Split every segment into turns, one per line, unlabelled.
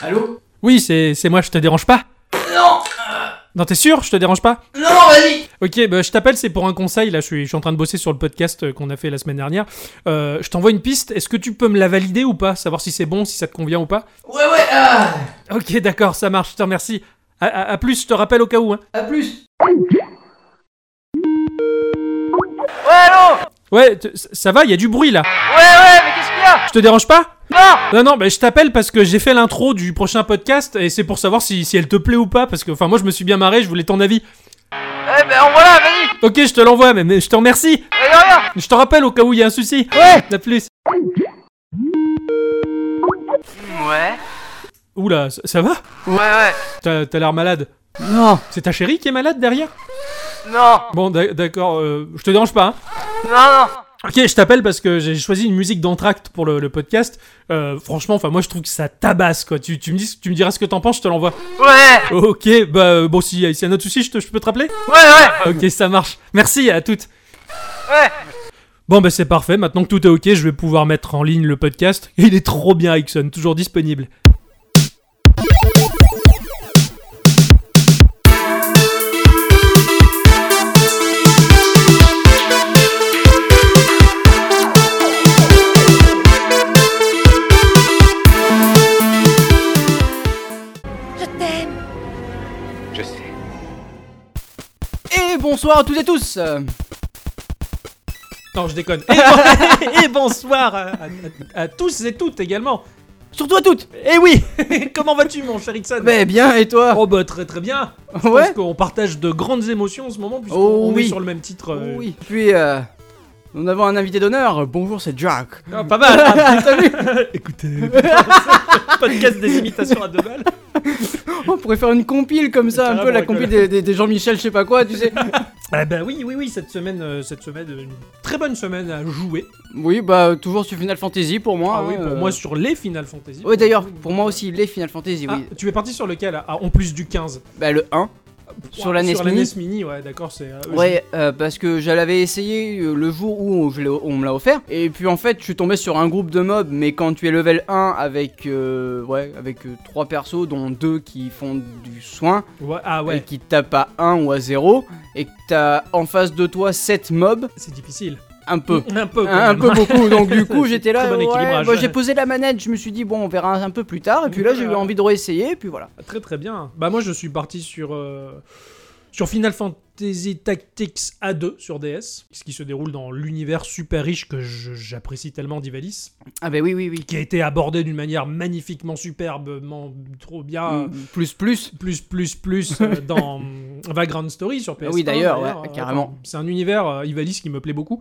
Allô
Oui, c'est c'est moi, je te dérange pas
Non
Non, t'es sûr Je te dérange pas
Non, vas-y
Ok, bah, je t'appelle, c'est pour un conseil. Là, je suis, je suis en train de bosser sur le podcast euh, qu'on a fait la semaine dernière. Euh, je t'envoie une piste. Est-ce que tu peux me la valider ou pas Savoir si c'est bon, si ça te convient ou pas
Ouais, ouais, ah
Ok, d'accord, ça marche, je te remercie. À, à- à plus, je te rappelle au cas où. Hein.
À plus
Ouais, allô
Ouais, t- ça va, il y a du bruit là.
Ouais, ouais, mais qu'est-ce qu'il y a
Je te dérange pas
Non
Non, non, mais je t'appelle parce que j'ai fait l'intro du prochain podcast et c'est pour savoir si, si elle te plaît ou pas. Parce que, enfin, moi, je me suis bien marré, je voulais ton avis.
Eh ben, voilà, vas-y
Ok, je te l'envoie, mais, mais je te remercie.
Allez, regarde
Je te rappelle au cas où il y a un souci.
Ouais
À plus.
Ouais
Oula, ça, ça va
Ouais, ouais
T'as t'as l'air malade.
Non
C'est ta chérie qui est malade derrière
Non
Bon, d'ac- d'accord, euh, je te dérange pas. Hein
Non, non
ok, je t'appelle parce que j'ai choisi une musique d'entracte pour le, le podcast. Euh, franchement, enfin, moi, je trouve que ça tabasse, quoi. Tu, tu, me, dis, tu me diras ce que t'en penses, je te l'envoie.
Ouais
Ok, bah, euh, bon, si, si y a un autre souci, je, te- je peux te rappeler
Ouais, ouais
Ok, ça marche. Merci, à toutes.
Ouais
Bon, bah, c'est parfait. Maintenant que tout est ok, je vais pouvoir mettre en ligne le podcast. Il est trop bien, Ixon, toujours disponible.
Je sais.
Et bonsoir à toutes et tous euh,
Non, je déconne. Et, bon- et bonsoir à, à- à tous et toutes également.
Surtout à toutes
Eh oui Comment vas-tu, mon cher Ixon
Mais bien, et toi
Oh bah très très bien. Je
Ouais
pense qu'on partage de grandes émotions en ce moment puisqu'on
Oh
on est
oui.
sur le même titre. euh,
Oui. Puis, euh, nous avons un invité d'honneur. Bonjour, c'est Jack.
ah, pas mal. hein.
T'as vu
Écoutez, putain, podcast des imitations à deux balles.
Oh, On pourrait faire une compile comme ça, un peu la
Carrément,
compile des, des- des Jean-Michel, je sais pas quoi, tu sais.
Ah bah oui oui oui cette semaine euh, cette semaine euh, une très bonne semaine à jouer.
Oui, bah, toujours sur Final Fantasy pour moi.
Ah oui
hein,
pour
euh.
moi sur les Final Fantasy.
Oui, d'ailleurs, pour moi aussi, les Final Fantasy,
Ah,
oui.
tu es parti sur lequel ah, en plus du 15
Bah, le 1. Sur la NES
Sur la NES
Mini.
Mini, ouais, d'accord, c'est. euh,
Ouais, euh, parce que je l'avais essayé euh, le jour où on, je l'ai- on me l'a offert. Et puis en fait, je suis tombé sur un groupe de mobs, mais quand tu es level 1 avec, euh, ouais, avec 3 persos, dont 2 qui font du soin,
je- ouais, ah
et
ouais,
qui te tapent à 1 ou à 0, et que t'as en face de toi 7 mobs,
c'est difficile.
un peu.
Un peu. quand
Un, un
même.
peu beaucoup, donc du coup
C'est
j'étais là,
très bon
ouais,
équilibrage.
bah, j'ai posé la manette, je me suis dit bon on verra un peu plus tard, et puis là j'ai eu envie de réessayer, et puis voilà.
Très très bien. Bah moi je suis parti sur euh, sur Final Fantasy Tactics A2 sur DS, ce qui se déroule dans l'univers super riche que je- j'apprécie tellement d'Ivalice,
Ah bah oui, oui, oui.
qui a été abordé d'une manière magnifiquement superbement trop bien.
Mm, Plus, plus.
Plus, plus, plus euh, dans euh, Vagrant Story sur PS1.
Ah oui, d'ailleurs, ouais,
euh,
carrément.
enfin, C'est un univers euh, Ivalice qui me plaît beaucoup.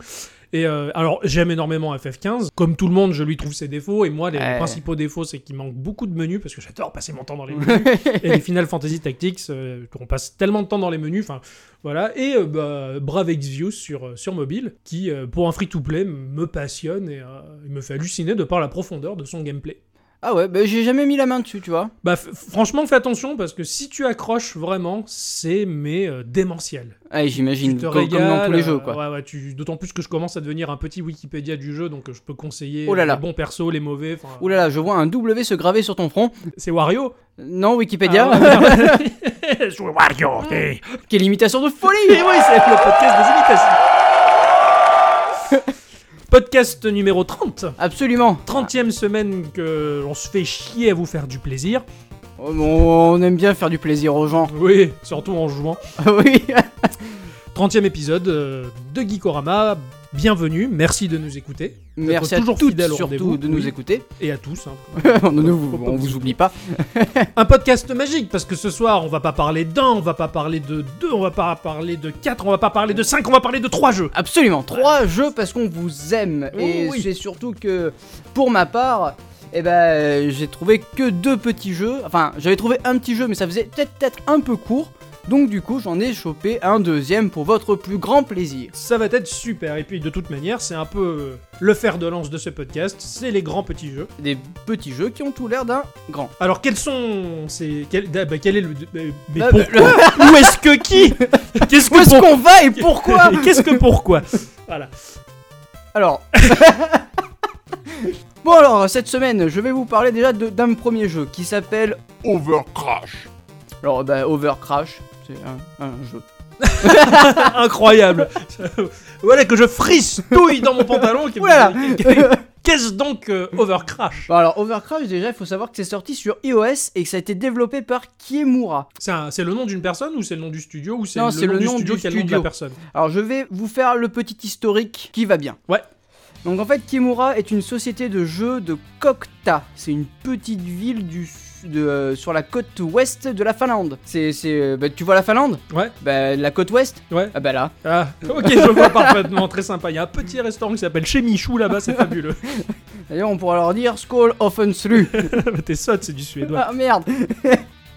Et euh, alors, j'aime énormément FF15. Comme tout le monde, je lui trouve ses défauts. Et moi, les
Ouais.
principaux défauts, c'est qu'il manque beaucoup de menus parce que j'adore passer mon temps dans les menus et les Final Fantasy Tactics, euh, on passe tellement de temps dans les menus, enfin voilà, et euh, bah, Brave Exvius sur, euh, sur mobile, qui euh, pour un free-to-play m- me passionne et euh, il me fait halluciner de par la profondeur de son gameplay.
ah ouais, bah j'ai jamais mis la main dessus, tu vois.
Bah f- franchement, fais attention parce que si tu accroches vraiment, c'est mais euh, démentiel.
Ah,
Tu
j'imagine,
te
co- comme, dans tous
régales,
les jeux,
euh,
quoi.
ouais, ouais, tu- d'autant plus que je commence à devenir un petit Wikipédia du jeu, donc euh, je peux conseiller
Oh là
euh,
là. Oh
les bons persos, les mauvais. enfin,
Ouh là là, je vois un W se graver sur ton front.
C'est Wario.
Non, Wikipédia.
Ah, ouais. Je joue Wario. ok.
Quelle imitation de folie
Et oui, c'est le podcast des imitations. Podcast numéro 30.
Absolument.
30e semaine que l'on se fait chier à vous faire du plaisir.
Oh, bon, on aime bien faire du plaisir aux gens.
Oui, surtout en jouant.
oui.
30e épisode euh, de Geekorama. Bienvenue, merci de nous écouter.
Merci à
toujours
toutes
fidèle au rendez-vous,
surtout de nous
oui.
écouter.
Et à tous. hein.
on, ne vous, on vous oublie pas.
Un podcast magique parce que ce soir on va pas parler d'un, on va pas parler de deux, on va pas parler de quatre, on va pas parler de cinq, on va parler de trois jeux.
Absolument. Trois jeux parce qu'on vous aime.
Oh
et
oui.
c'est surtout que, pour ma part, eh ben, j'ai trouvé que deux petits jeux. Enfin, j'avais trouvé un petit jeu, mais ça faisait peut-être peut-être un peu court. Donc du coup, j'en ai chopé un deuxième pour votre plus grand plaisir.
Ça va être super. Et puis de toute manière, c'est un peu euh, le fer de lance de ce podcast, c'est les grands petits jeux.
Des petits jeux qui ont tout l'air d'un grand.
Alors quels sont ces quel, ah, bah, quel est le mais mais
Bah,
pourquoi où est-ce que qui qu'est-ce
Où
que
est-ce
pour-
qu'on va et pourquoi
Et qu'est-ce que pourquoi voilà
Alors. Bon alors, cette semaine, je vais vous parler déjà de- d'un premier jeu qui s'appelle Overcrash. Alors, bah, Overcrash, c'est un, un jeu.
Incroyable Voilà que je fristouille dans mon pantalon. Qui me-
Oulala
Qu'est-ce donc euh, Overcrash
Bon alors, Overcrash, déjà, il faut savoir que c'est sorti sur iOS et que ça a été développé par Kiemura.
C'est un- c'est le nom d'une personne ou c'est le nom du studio ou c'est
Non,
le,
c'est
nom
le
du
nom
studio
du
qui a le nom de la
studio.
personne
Alors, je vais vous faire le petit historique qui va bien.
Ouais.
Donc, en fait, Kiemura est une société de jeux de Kokta. C'est une petite ville du, su- de, euh, sur la côte ouest de la Finlande. C'est, c'est, euh, bah, tu vois la Finlande
Ouais.
Bah, la côte ouest
Ouais.
Ah bah là.
Ah, ok, je vois parfaitement, très sympa. Il y a un petit restaurant qui s'appelle Chez Michou là-bas, c'est fabuleux.
D'ailleurs, on pourra leur dire Skål Offenslu.
T'es sotte, c'est du suédois.
ah merde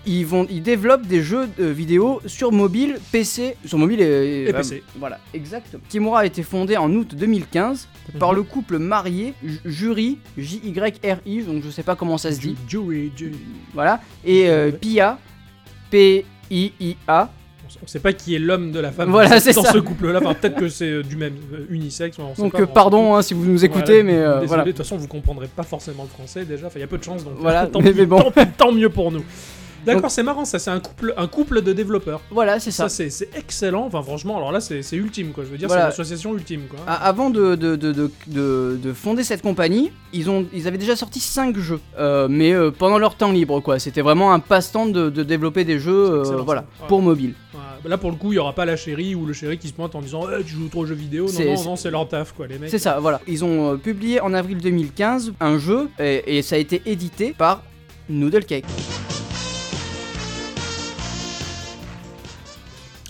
Ils, vont, ils développent des jeux euh, vidéo sur mobile, PC, sur mobile et, euh,
Et PC.
Voilà, exactement. Kimura a été fondé en août 2015
Mhm.
par le couple marié J- Jury, J-Y-R-I, donc je sais pas comment ça se dit.
Jury, jury.
Voilà. Et euh, Pia, P-I-I-A.
On sait pas qui est l'homme de la femme
Voilà,
dans
c'est
dans
ça.
ce couple-là. Enfin, peut-être que c'est euh, du même euh, unisexe. on sait
Donc
pas,
euh,
on-
pardon hein, si vous nous écoutez,
Voilà,
mais euh,
désolé,
voilà.
de toute façon, vous comprendrez pas forcément le français déjà. Enfin, il y a peu de chance, donc
Voilà,
tant,
mais-
pis,
mais bon.
tant pis, tant mieux pour nous. D'accord,
Donc-
c'est marrant, ça, c'est un couple, un couple de développeurs.
Voilà, c'est ça.
Ça, c'est- c'est excellent. Enfin, franchement, alors là, c'est c'est ultime, quoi. Je veux dire,
Voilà.
c'est l'association ultime, quoi.
A- Ah, Avant de, de, de, de, de- de fonder cette compagnie, ils, ont, ils avaient déjà sorti 5 jeux, Euh, mais euh, pendant leur temps libre, quoi. C'était vraiment un passe-temps de, de développer des jeux euh,
excellent,
voilà,
ça. Ouais.
pour mobile.
Ouais, bah là, pour le coup, il y aura pas la chérie ou le chéri qui se pointe en disant Eh, tu joues trop aux jeux vidéo. Non,
C'est-
non,
c'est-
non, c'est leur taf, quoi, les mecs.
C'est ça, voilà. Ils ont euh, publié en avril 2015 un jeu et, et ça a été édité par Noodle Cake.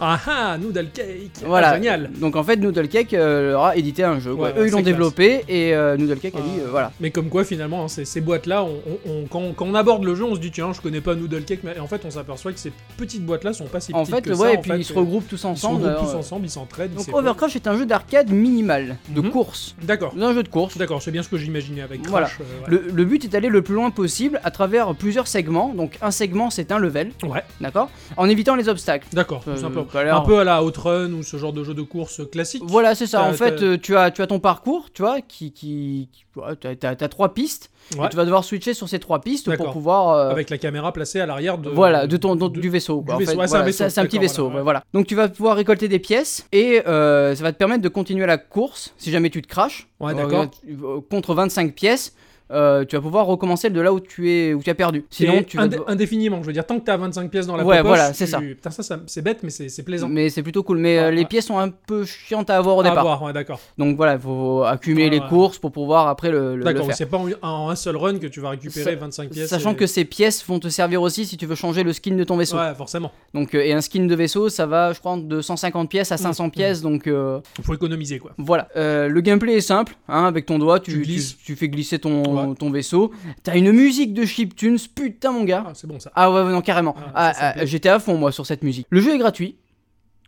Ah ah, Noodle Cake.
Voilà.
Ah, génial.
Donc en fait, Noodle Cake euh, leur a édité un jeu. quoi.
Ouais, ouais,
Eux, ils l'ont
c'est
développé et euh, Noodle Cake a dit
Ah.
euh, voilà.
Mais comme quoi, finalement, hein, ces, ces boîtes-là, on, on- on- quand, quand on aborde le jeu, on se dit tiens, je connais pas Noodle Cake, mais et en fait, on s'aperçoit que ces petites boîtes-là sont pas si
En
petites
fait,
que
ouais,
ça.
et
en
puis
fait, euh,
ils se
et-
regroupent tous
Ils se
ensemble.
regroupent
alors,
tous
euh.
ensemble, ils s'entraident.
Donc
c'est
Overcrash est un jeu d'arcade minimal, de
Mhm.
course.
cool. D'accord,
Un jeu de course.
d'accord, c'est bien ce que j'imaginais avec
Voilà.
Crash. euh, ouais.
Le, le but est d'aller le plus loin possible à travers plusieurs segments. Donc un segment c'est un level,
Ouais,
d'accord En évitant les obstacles.
d'accord, tout
Euh,
simplement.
pas l'air-
Un peu à la Outrun ou ce genre de jeu de course classique.
Voilà, c'est ça.
T'as-
En fait,
t'as-
euh, tu as, tu as ton parcours, tu vois, qui, qui, qui- ouais, t'as, t'as- t'as trois pistes. et
Ouais.
tu vas devoir switcher sur ces trois pistes
D'accord.
pour pouvoir. euh,
Avec la caméra placée à l'arrière de.
Voilà, de ton,
de-
du vaisseau. quoi,
du
en
vaisseau.
fait.
Ah, c'est un
Voilà,
vaisseau,
c'est un petit
d'accord,
vaisseau.
voilà,
ouais, voilà. Donc tu vas pouvoir récolter des pièces et euh, ça va te permettre de continuer la course si jamais tu te crashes.
Ouais,
Euh,
d'accord.
tu- euh, contre 25 pièces, euh, tu vas pouvoir recommencer de là où tu es, où tu as perdu. Sinon,
Et
tu vas
indé-
devoir-
indéfiniment, je veux dire, tant que t'as 25 pièces dans la
Ouais,
poche,
voilà, c'est
tu-
ça.
Putain, ça, ça- c'est bête, mais c'est c'est plaisant.
Mais c'est plutôt cool. Mais
Ouais,
euh, les
ouais.
pièces sont un peu chiantes à avoir au
à
départ.
voir, ouais, d'accord.
Donc voilà, il faut accumuler
Ouais,
les
ouais.
courses pour pouvoir après le, le- le
D'accord,
faire.
c'est pas en, en un seul run que tu vas récupérer
Sa-
25 pièces.
Sachant
et-
que ces pièces vont te servir aussi si tu veux changer le skin de ton vaisseau.
Ouais, forcément.
Donc, euh, et un skin de vaisseau, ça va, je crois, de 150 pièces à
Mm.
500 pièces. Donc euh,
Il faut économiser, quoi.
voilà. Euh, le gameplay est simple. hein, avec ton doigt, tu,
Tu glisses.
tu- tu fais glisser ton,
Ouais.
ton vaisseau. T'as une musique de chiptunes, putain mon gars.
Ah, c'est bon ça.
Ah ouais, ouais, non, carrément.
Ah, ça,
Ah,
ça
ah,
plaît.
J'étais à fond, moi, sur cette musique. Le jeu est gratuit.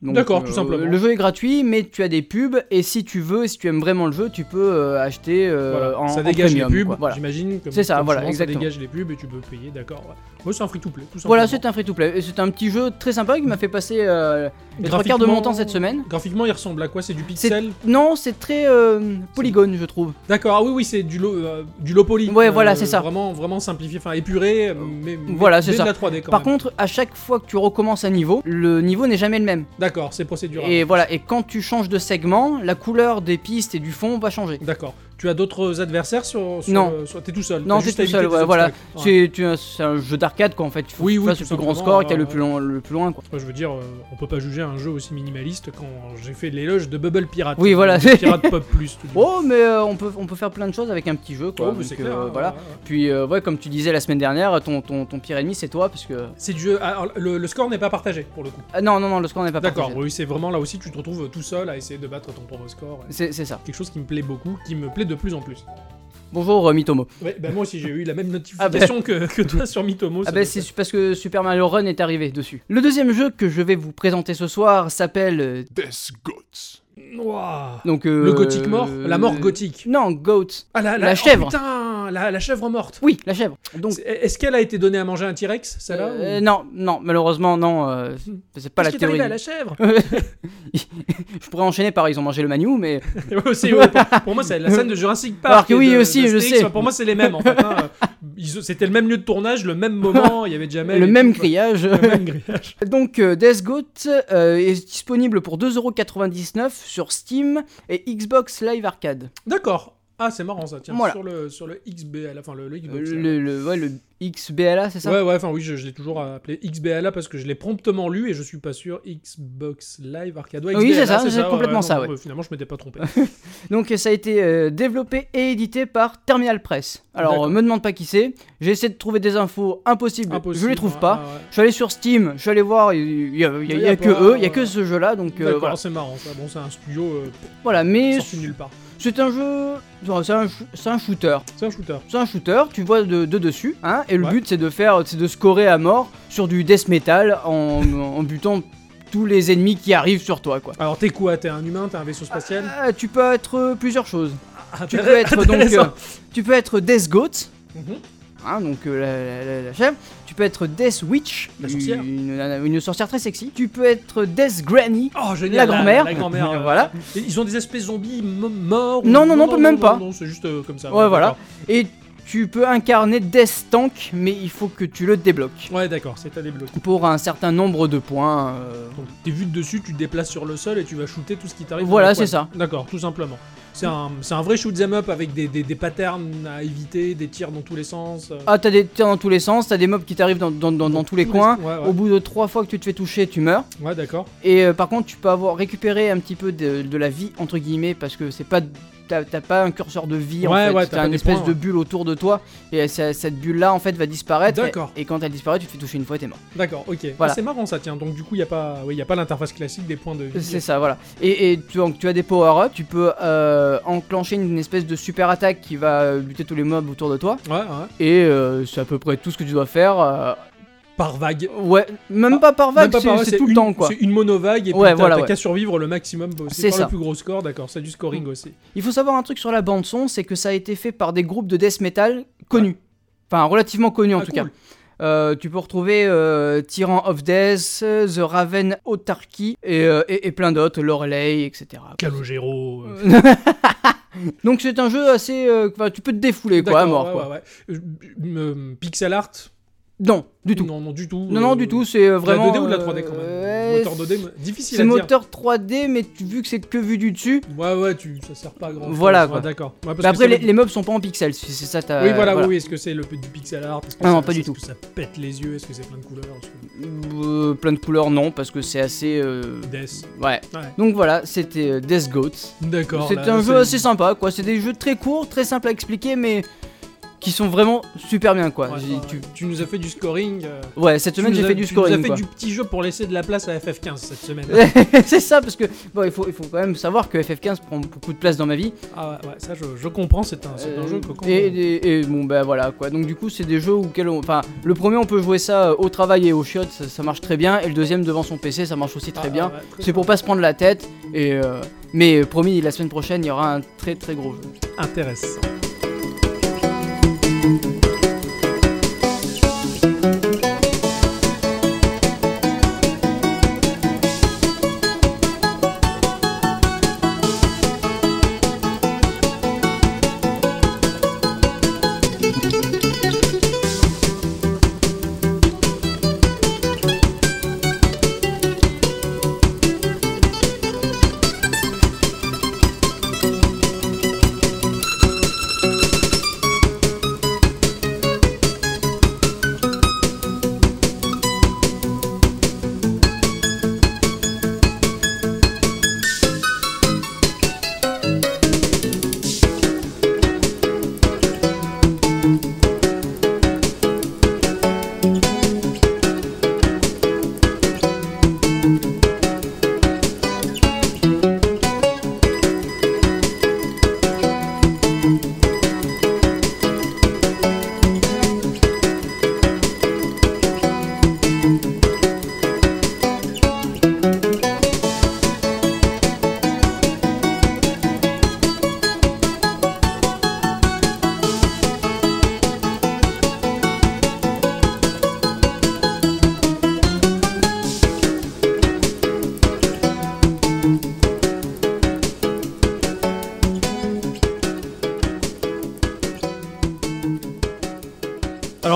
Donc, euh,
D'accord, tout simplement.
Le jeu est gratuit, mais tu as des pubs, et si tu veux, si tu aimes vraiment le jeu, tu peux euh, acheter euh,
Voilà,
en
ça
en
dégage
premium,
les pubs,
quoi. Voilà,
j'imagine. comme-
C'est ça,
comme
voilà,
souvent,
exactement.
Ça dégage les pubs et tu peux payer, d'accord. Ouais. Moi, c'est un free-to-play, tout simplement.
Voilà, c'est un free-to-play. Et C'est un petit jeu très sympa qui m'a fait passer euh, les trois quarts de mon temps cette semaine.
Graphiquement, il ressemble à quoi C'est du pixel
Non, c'est très euh, polygone, je trouve.
D'accord, ah oui, oui, c'est du, low, euh, du low poly. Euh,
Ouais, voilà, c'est ça.
Vraiment, vraiment simplifié, enfin épuré, euh, mais, mais-
Voilà, c'est
mais
ça.
de la 3D quand
Par
même.
contre, à chaque fois que tu recommences un niveau, le niveau n'est jamais le même.
D'accord, c'est procédural.
Et voilà, et quand tu changes de segment, la couleur des pistes et du fond va changer.
D'accord. Tu as d'autres adversaires sur, sur
Non.
sur- T'es tout seul.
Non,
t'as
t'es
juste
tout
à éviter
seul,
des
ouais, voilà.
obstacles. Ouais.
C'est tu- c'est un jeu d'arcade quoi en fait. Il faut
Oui,
que tu
oui,
fasses
tout
le plus grand
simplement, euh,
score et qui a
ouais,
le plus loin, le plus loin quoi.
Enfin, je veux dire, euh, on peut pas juger un jeu aussi minimaliste quand j'ai fait l'éloge de Bubble Pirate.
Oui, voilà.
De Pirate Pop Plus. tout de même.
Oh mais euh, on peut on peut faire plein de choses avec un petit jeu quoi.
Oh, mais
donc,
c'est clair,
euh,
hein,
voilà.
ouais, ouais.
Puis euh, ouais comme tu disais la semaine dernière, ton ton, ton pire ennemi c'est toi parce que
C'est du jeu. alors, le, le score n'est pas partagé pour le coup.
Ah, non non non le score n'est pas
D'accord,
partagé.
oui, c'est vraiment là aussi, tu te retrouves tout seul à essayer de battre ton propre score. ouais.
C'est c'est ça.
Quelque chose qui me plaît beaucoup, qui me plaît de plus en plus.
Bonjour euh, Mitomo.
Ouais, bah moi aussi j'ai eu la même
Ah
notification
ben.
que, que toi sur euh, Mitomo.
Ah
ça
bah
doit
c'est
être-
su- parce que Super Mario Run est arrivé dessus. Le deuxième jeu que je vais vous présenter ce soir s'appelle euh,
Death Goats.
Ouah.
donc euh,
Le gothique mort La mort gothique.
Non, Goat.
Ah, la,
la chèvre.
putain, fin, la, la chèvre morte.
Oui, la chèvre. Donc,
C'est- Est-ce qu'elle a été donnée à manger un T-Rex, celle-là ou- Hmm.
euh, non, non, malheureusement, non. euh, c'est pas
Qu'est-ce
la
qui est arrivé
théorie.
à la chèvre
je pourrais enchaîner par ils ont mangé le manu, mais
aussi, ouais, pour, pour moi, c'est la scène de Jurassic Park.
Alors que
et
oui,
de-
aussi, je
d'Astérix.
sais.
Enfin, Pour moi, c'est les mêmes, en fait. hein. Ils- C'était le même lieu de tournage, le même moment, il y avait jamais
le même grillage.
Le même grillage.
Donc euh, Death Goat euh, est disponible pour 2,99€ sur Steam et Xbox Live Arcade.
D'accord. Ah, c'est marrant ça, tiens.
Voilà.
Sur, le, sur le XB, à la fin, le, le
Euh,
Xbox. là.
le, le- ouais, le XBLA, c'est ça
Ouais, ouais, enfin oui, je, je l'ai toujours appelé XBLA parce que je l'ai promptement lu et je suis pas sûr. Xbox Live Arcade. Ouais,
Oui, c'est
XBLA,
ça, c'est complètement
non,
ça,
non,
ouais.
euh, Finalement, je m'étais pas trompé.
Donc euh, ça a été euh, développé et édité par Terminal Press. Alors
D'accord.
euh, me demande pas qui c'est, j'ai essayé de trouver des infos impossibles,
Impossible.
je les trouve
Ah,
pas.
ah, ouais.
Je suis allé sur Steam, je suis allé voir, il y, a- il y a- il y a que
pas,
eux, il y a
ouais.
que ce jeu-là, donc euh,
D'accord,
voilà.
c'est marrant ça. Bon, c'est un studio euh,
Voilà, mais
sorti de nulle part.
c'est un jeu, non, c'est un, c'est un shooter.
C'est un shooter.
C'est un shooter, tu vois de, de dessus, hein, et le
Ouais.
but c'est de faire, c'est de scorer à mort sur du death metal en, en butant tous les ennemis qui arrivent sur toi, quoi.
Alors, t'es quoi T'es un humain T'es un vaisseau spatial
Ah, tu peux être euh, plusieurs choses.
Ah,
Tu peux être donc,
intéressant.
euh, tu peux être Death Goat,
Mhm.
hein, donc euh, la, la- la- la chèvre. Tu peux être Death Witch,
La sorcière.
Une, une- une sorcière très sexy. Tu peux être Death Granny.
Oh, génial.
La grand-mère.
La grand-mère. euh,
voilà.
Et ils ont des espèces zombies mo- morts ou-
Non, non, non, même pas.
Non, c'est juste euh, comme ça.
Ouais, voilà.
d'accord.
Et tu peux incarner Death Tank, mais il faut que tu le débloques
Ouais, d'accord, c'est à débloquer.
pour un certain nombre de points. euh,
Donc t'es vu de dessus, tu te déplaces sur le sol et tu vas shooter tout ce qui t'arrive. dans
Voilà,
le coin.
c'est ça.
D'accord, tout simplement. C'est un, c'est un vrai shoot 'em up avec des, des, des patterns à éviter, des tirs dans tous les sens. euh,
Ah, t'as des tirs dans tous les sens, t'as des mobs qui t'arrivent dans, dans- dans- dans tous les coins.
Ouais, ouais.
Au bout de trois fois que tu te fais toucher, tu meurs.
Ouais, d'accord.
Et euh, par contre, tu peux avoir récupéré un petit peu de, de la vie, entre guillemets, parce que c'est pas. T'as t'as pas un curseur de vie en
Ouais,
fait,
ouais, t'as
t'as
pas
une
des
espèce
points,
de
ouais.
bulle autour de toi, et euh, ça- cette bulle-là en fait va disparaître.
D'accord.
Et, et quand elle disparaît, tu te fais toucher une fois et t'es mort.
D'accord, ok. Ah,
Voilà.
c'est marrant ça, tiens. Donc du coup, il n'y a pas, ouais, y a pas l'interface classique des points de vie.
C'est ça, voilà. Et, et tu, donc, tu as des power-ups, tu peux euh, enclencher une, espèce de super attaque qui va euh, buter tous les mobs autour de toi,
Ouais, ouais.
et euh, c'est à peu près tout ce que tu dois faire. euh,
Par vague.
ouais, même
Ah,
pas par
Même
vague,
pas
c'est
par là,
c'est tout le
une-
temps quoi.
C'est une monovague et puis
Ouais,
t'as
voilà,
t'as
ouais.
qu'à survivre le maximum possible.
C'est
par
ça. Mm.
le plus gros score, d'accord. C'est du scoring aussi.
Il faut savoir un truc sur la bande son, c'est que ça a été fait par des groupes de death metal connus. Enfin, relativement connus en
Ah,
tout
cool.
cas. Euh, tu peux retrouver euh, Tyrant of Death, euh, The Raven Autarky et, euh, et- et plein d'autres, Lorelei, etc.
Calogero. euh,
Donc c'est un jeu assez... euh, enfin, tu peux te défouler quoi, à
d'accord,
mort
ouais,
quoi.
ouais, ouais. Euh, euh, Pixel art
Non, du tout. Non,
Non, non, du tout.
non,
euh,
du tout, c'est euh,
de la
vraiment...
2D ou de la
euh,
3D quand même
ouais,
Moteur 2D, difficile
C'est
à dire.
moteur 3D, mais tu- vu que c'est que vu du dessus...
Ouais, ouais, tu, ça sert pas à grand chose.
Voilà,
Ouais,
quoi.
D'accord. Ouais, parce
bah
que
après,
c'est
les,
le-
les mobs sont pas en pixels, si c'est ça t'as...
Oui, voilà, oui, oui. Est-ce que c'est le du pixel art Est-ce que
Ah non,
ça-
pas du
est-ce
tout.
que ça pète les yeux Est-ce que c'est plein de couleurs Est-ce que-
Euh, plein de couleurs, non, parce que c'est assez... euh,
Death.
Ouais.
Ouais.
Donc voilà, c'était euh, Death Goat.
D'accord.
C'est
Oh là,
un
là,
jeu assez sympa, quoi. C'est des jeux très courts, très simples à expliquer, mais qui sont vraiment super bien, quoi.
Ouais,
J'ai-
ouais,
tu-
ouais. Tu nous as fait du scoring. euh,
Ouais, cette
tu
semaine
nous
j'ai
as-
fait du
Tu
scoring.
nous as
quoi.
fait du petit jeu pour laisser de la place à FF15 cette semaine.
c'est ça, parce que bon, il faut, il faut quand même savoir que FF15 prend beaucoup de place dans ma vie.
Ah ouais, ouais, ça je, je comprends, c'est un, Ah, c'est un
Euh,
jeu hein. que quand
et,
on-
et- et bon, bah voilà, quoi. Donc du coup, c'est des jeux auxquels on. Enfin, le premier, on peut jouer ça euh, au travail et au chiottes, ça, ça marche très bien. Et le deuxième, devant son PC, ça marche aussi
Ah,
très bien.
ouais, très
C'est pour pas se prendre la tête. Et euh, mais euh, promis, la semaine prochaine, il y aura un très très gros jeu.
intéressant.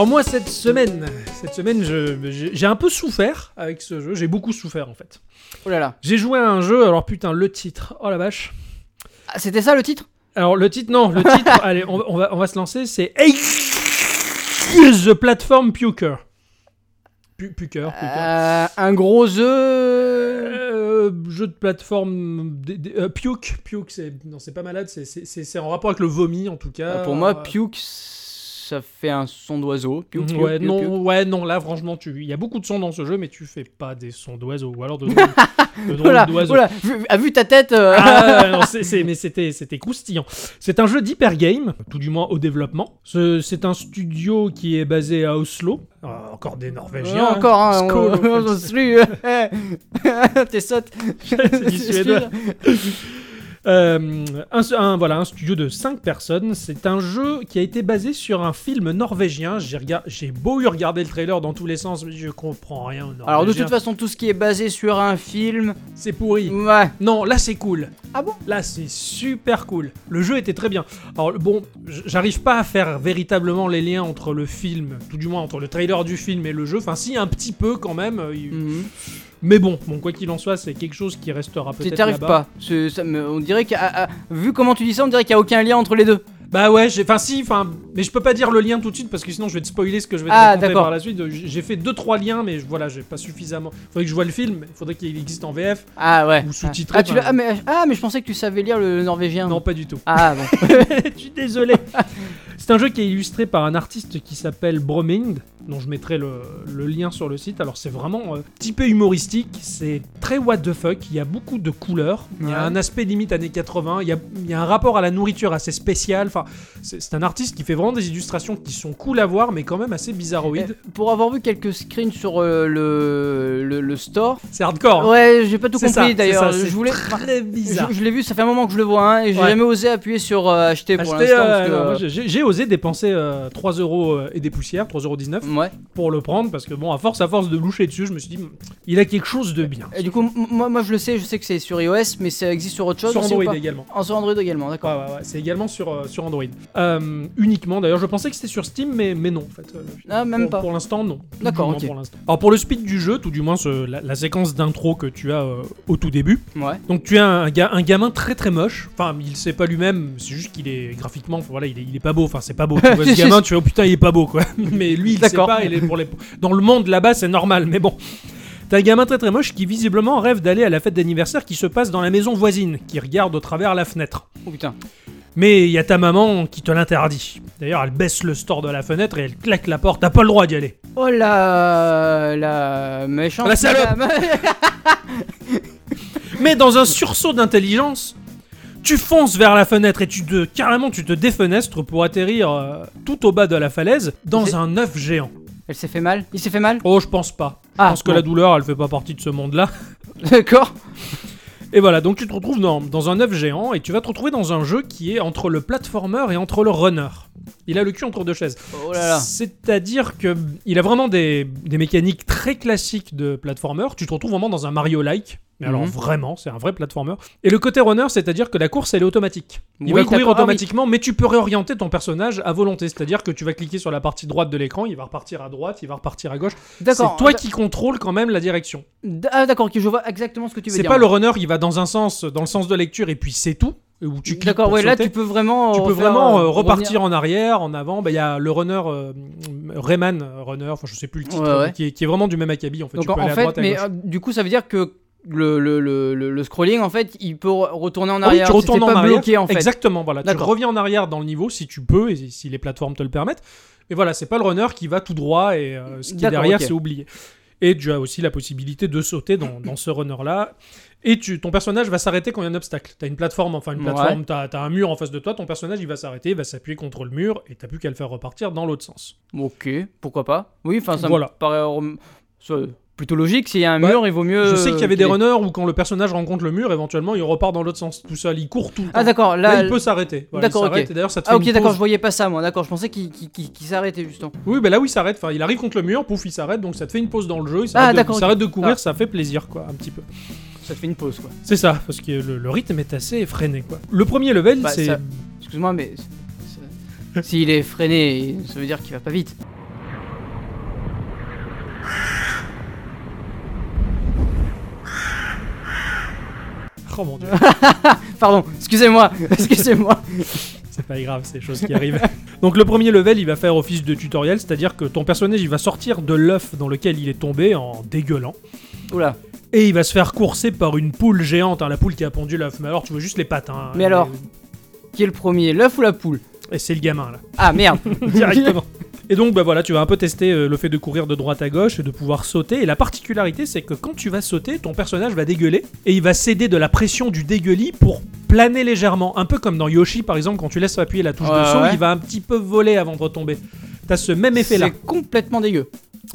moi cette semaine, cette semaine je- j'ai j'ai un peu souffert avec ce jeu, j'ai beaucoup souffert en fait.
Oh là là.
J'ai joué à un jeu, alors putain le titre, oh la vache.
Ah, C'était ça le titre
Alors le titre, non, le titre, allez, on, va- on va, on va se lancer, c'est The Platform Puker. Pu- Puker, Puker.
Euh, Un gros jeu.
Euh, jeu de plateforme d- d- euh, puke puke c'est non c'est pas malade c'est- c'est c'est- c'est en rapport avec le vomi en tout cas
Ah, Pour moi,
Euh,
puke, ça fait un son d'oiseau. Puke, puke,
ouais,
puke,
non,
puke.
ouais, non, là, franchement, tu, il y a beaucoup de sons dans ce jeu, mais tu fais pas des sons d'oiseaux, ou alors de, de drôles
Oh là,
d'oiseaux.
oh là, vu, ah, vu ta tête. euh,
Ah, non, c'est- c'est- mais c'était c'était croustillant. C'est un jeu d'hypergame, tout du moins au développement. Ce- C'est un studio qui est basé à Oslo. Ah, encore des Norvégiens.
euh,
hein.
encore, hein, on-
Skål, en
on
fait.
se lue, euh, T'es sotte.
C'est du Suédois. Euh, un, un- voilà, un studio de 5 personnes. C'est un jeu qui a été basé sur un film norvégien. J'ai rega- j'ai beau eu regarder le trailer dans tous les sens, mais je comprends rien. au
Alors de
norvégien.
toute façon, tout ce qui est basé sur un film,
c'est pourri.
ouais.
Non, là c'est cool.
Ah bon
Là c'est super cool. Le jeu était très bien. Alors bon, j- j'arrive pas à faire véritablement les liens entre le film, tout du moins entre le trailer du film et le jeu. Enfin si, un petit peu quand même. euh, il-
Mhm.
Mais bon, bon quoi qu'il en soit, c'est quelque chose qui restera
T'y
peut-être
t'arrives
là-bas.
pas. C'est- ça me- on dirait que, vu comment tu dis ça, on dirait qu'il y a aucun lien entre les deux.
Bah ouais, j'ai- enfin si, enfin, mais je peux pas dire le lien tout de suite parce que sinon je vais te spoiler ce que je vais te
Ah,
raconter
d'accord.
par la suite. J- J'ai fait deux trois liens, mais je- voilà, j'ai pas suffisamment. Faudrait que je voie le film. Faudrait qu'il existe en VF.
Ah ouais.
Ou sous-titré,
Ah, tu l'as-
par
ah, mais, ah, mais je pensais que tu savais lire le norvégien.
Non, pas du tout.
Ah bon.
Je suis désolé. C'est un jeu qui est illustré par un artiste qui s'appelle Bromind, dont je mettrai le, le lien sur le site. Alors c'est vraiment euh, typé humoristique, c'est très what the fuck, il y a beaucoup de couleurs, il y
Ouais.
a un aspect limite années 80, il y a, il y a un rapport à la nourriture assez spécial. Enfin, c'est c'est un artiste qui fait vraiment des illustrations qui sont cool à voir, mais quand même assez bizarroïdes.
Euh, Pour avoir vu quelques screens sur euh, le, le, le store.
C'est hardcore. hein.
Ouais, j'ai pas tout
C'est ça,
compris
c'est
d'ailleurs.
ça,
Je
c'est
voulais.
Très bizarre.
Je, je l'ai vu, ça fait un moment que je le vois, hein, et j'ai
Ouais.
jamais osé appuyer sur euh, acheter pour
Acheter,
l'instant.
euh,
parce que,
non, moi, j'ai j'ai osé dépenser 3 euros euh, et des poussières, 3,19€
euh, ouais.
pour le prendre parce que bon à force à force de loucher dessus je me suis dit hmm, il a quelque chose de bien
Et du coup, m- moi, moi je le sais, je sais que c'est sur iOS, mais ça existe sur autre chose.
sur
aussi ou
Android
pas
également
Ah, sur Android également, d'accord.
Ouais, ouais, ouais, c'est également sur, euh, sur Android Euh, uniquement d'ailleurs je pensais que c'était sur Steam mais, mais non en fait Euh,
Ah, même
pour,
pas.
pour l'instant non Tout du
D'accord,
moins
ok.
pour l'instant. alors pour le speed du jeu tout du moins ce- la, la séquence d'intro que tu as euh, au tout début
Ouais.
donc tu as un, ga- un gamin très très moche enfin il sait pas lui-même c'est juste qu'il est graphiquement voilà il est, il est pas beau enfin c'est pas beau tu vois ce gamin tu fais oh putain il est pas beau quoi mais lui il sait
D'accord.
pas il est pour les dans le monde là-bas c'est normal mais bon T'as un gamin très très moche qui visiblement rêve d'aller à la fête d'anniversaire qui se passe dans la maison voisine, qui regarde au travers la fenêtre.
Oh putain.
Mais il y a ta maman qui te l'interdit. D'ailleurs, elle baisse le store de la fenêtre et elle claque la porte. T'as pas le droit d'y aller.
Oh la la méchante.
La salope.
madame.
Mais dans un sursaut d'intelligence, tu fonces vers la fenêtre et tu te carrément tu te défenestres pour atterrir euh, tout au bas de la falaise
C'est-
dans un œuf géant.
Elle s'est fait mal Il s'est fait mal
Oh, je pense pas. Je
Ah,
pense que
bon.
la douleur, elle fait pas partie de ce monde-là.
D'accord.
Et voilà, donc tu te retrouves dans, dans un œuf géant et tu vas te retrouver dans un jeu qui est entre le platformer et entre le runner. Il a le cul entre deux chaises.
Oh là là.
C'est-à-dire que il a vraiment des, des mécaniques très classiques de platformer. Tu te retrouves vraiment dans un Mario-like. Mais alors
Mhm.
vraiment, c'est un vrai platformer. Et le côté runner, c'est-à-dire que la course, elle est automatique. Il
Oui,
va courir
d'accord, ah oui.
automatiquement, mais tu peux réorienter ton personnage à volonté. C'est-à-dire que tu vas cliquer sur la partie droite de l'écran, il va repartir à droite, il va repartir à gauche. C'est
D'accord. Ah,
toi qui contrôles quand même la direction.
D- Ah d'accord, ok, je vois exactement ce que tu veux
C'est
dire.
pas le runner, il va dans un sens, dans le sens de lecture, et puis c'est tout. Ou tu cliques
D'accord,
pour
ouais, là
sauter.
tu peux vraiment.
Tu peux
refaire,
vraiment
euh,
euh,
revenir.
repartir en arrière, en avant. Bah, Il y a le runner euh, Rayman euh, Runner, enfin je sais plus le titre,
Ouais, ouais.
mais Qui, est, qui est vraiment du même acabit en fait.
Donc
tu peux
en
aller à
fait,
droite, à
mais
gauche.
euh, du coup, ça veut dire que le, le, le, le- le scrolling, en fait, il peut re- retourner en
Ah oui,
arrière.
tu retournes
C'était
en
pas
arrière.
bloqué en fait.
Exactement, voilà. Tu
D'accord.
reviens en arrière dans le niveau si tu peux et si les plateformes te le permettent. Mais voilà, c'est pas le runner qui va tout droit et euh, ce qui est
D'accord,
derrière,
ok.
c'est oublié. Et tu as aussi la possibilité de sauter dans, dans ce runner-là. Et tu, ton personnage va s'arrêter quand il y a un obstacle. T'as une plateforme, enfin une
Ouais.
plateforme, t'as t'as un mur en face de toi, ton personnage il va s'arrêter, il va s'appuyer contre le mur et t'as plus qu'à le faire repartir dans l'autre sens.
Ok, pourquoi pas. Oui, enfin, ça
Voilà.
me paraît euh, rem- ça- plutôt logique. S'il y a un
Ouais.
mur, il vaut mieux.
Je sais qu'il y avait
euh,
des
qu'il-
runners où quand le personnage rencontre le mur, éventuellement il repart dans l'autre sens tout seul, il court tout. le
Ah
temps.
d'accord, là.
Là, il peut s'arrêter. Voilà, il
D'accord, ok.
s'arrête. Et D'ailleurs, ça te
Ah
fait
ok,
une
d'accord,
pause
je voyais pas ça moi. D'accord, je pensais qu'il qu'il- qu'il- qu'il s'arrêtait justement.
Oui, bah là où il s'arrête, enfin il arrive contre le mur, pouf, il s'arrête, donc ça te fait une pause dans le jeu, il
Ah,
s'arrête, de,
d'accord,
il
ok.
s'arrête de courir,
Ah.
ça fait plaisir quoi, un petit peu.
Ça te fait une pause quoi.
C'est ça, parce que le, le rythme est assez effréné quoi. Le premier level,
Bah,
c'est.
ça- Excuse-moi, mais. c'est- c'est- S'il est freiné, ça veut dire qu'il va pas vite.
Oh mon dieu,
Pardon, excusez-moi, excusez-moi.
c'est pas grave, c'est des choses qui arrivent. Donc le premier level, il va faire office de tutoriel, c'est-à-dire que ton personnage, il va sortir de l'œuf dans lequel il est tombé en dégueulant.
Oula.
Et il va se faire courser par une poule géante, hein, la poule qui a pondu l'œuf. Mais alors, tu vois juste les pattes. hein.
Mais alors Qui est le premier, l'œuf ou la poule
Et c'est le gamin, là.
Ah merde
directement. Et donc, bah voilà, tu vas un peu tester euh, le fait de courir de droite à gauche et de pouvoir sauter. Et la particularité, c'est que quand tu vas sauter, ton personnage va dégueuler et il va céder de la pression du dégueulis pour planer légèrement. Un peu comme dans Yoshi, par exemple, quand tu laisses appuyer la touche
Ouais,
de son,
ouais.
il va un petit peu voler avant de retomber. T'as ce même effet là.
C'est complètement dégueu.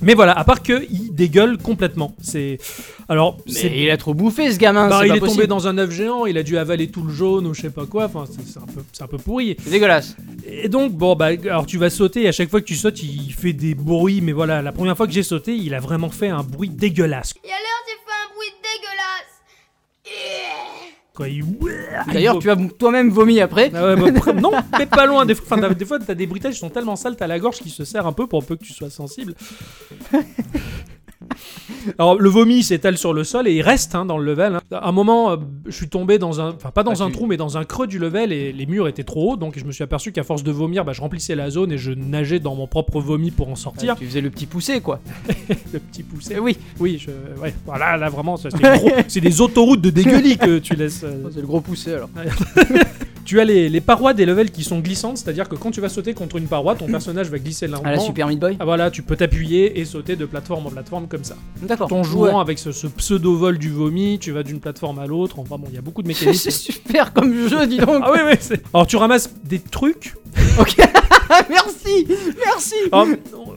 Mais voilà, à part que il dégueule complètement. C'est. Alors, c'est
Mais il a trop bouffé ce gamin,
bah,
c'est
il
pas
est
possible.
tombé dans un œuf géant, il a dû avaler tout le jaune ou je sais pas quoi. Enfin, c'est c'est un peu, c'est un peu pourri.
C'est dégueulasse.
Et donc, bon, bah, alors tu vas sauter, et à chaque fois que tu sautes, il fait des bruits, mais voilà, la première fois que j'ai sauté, il a vraiment fait un bruit dégueulasse.
Et alors j'ai fait un bruit dégueulasse
Quoi, Ah, il...
D'ailleurs, tu as toi-même vomi après.
Ah ouais, bah, après- non, mais pas loin. Des fois, enfin, t'as- des fois, t'as des bruitages qui sont tellement sales, t'as la gorge qui se serre un peu pour peu que tu sois sensible. Alors, le vomi s'étale sur le sol et il reste hein, dans le level. hein. À un moment, euh, je suis tombé dans un. Enfin, pas dans
Ah,
un
tu-
trou, mais dans un creux du level et les murs étaient trop hauts. Donc, je me suis aperçu qu'à force de vomir, bah, je remplissais la zone et je nageais dans mon propre vomi pour en sortir.
Ah, Tu faisais le petit poussé quoi.
Le petit poussé.
Eh oui,
Oui, je, ouais, voilà, là vraiment, ça, c'est gros- c'est des autoroutes de dégueulis que tu laisses. euh.
c'est le gros poussé alors.
Tu as les, les parois des levels qui sont glissantes, c'est-à-dire que quand tu vas sauter contre une paroi, ton personnage va glisser lentement.
À Mm. la Super Meat Boy.
Ah voilà, tu peux t'appuyer et sauter de plateforme en plateforme comme ça.
D'accord.
Ton jouant
Ouais.
avec ce, pseudo vol du vomi, tu vas d'une plateforme à l'autre. Enfin bon, il y a beaucoup de
C'est
mécanismes.
super comme jeu, dis donc.
ah oui, oui. c'est- Alors tu ramasses des trucs.
Ah, merci, merci.
Alors,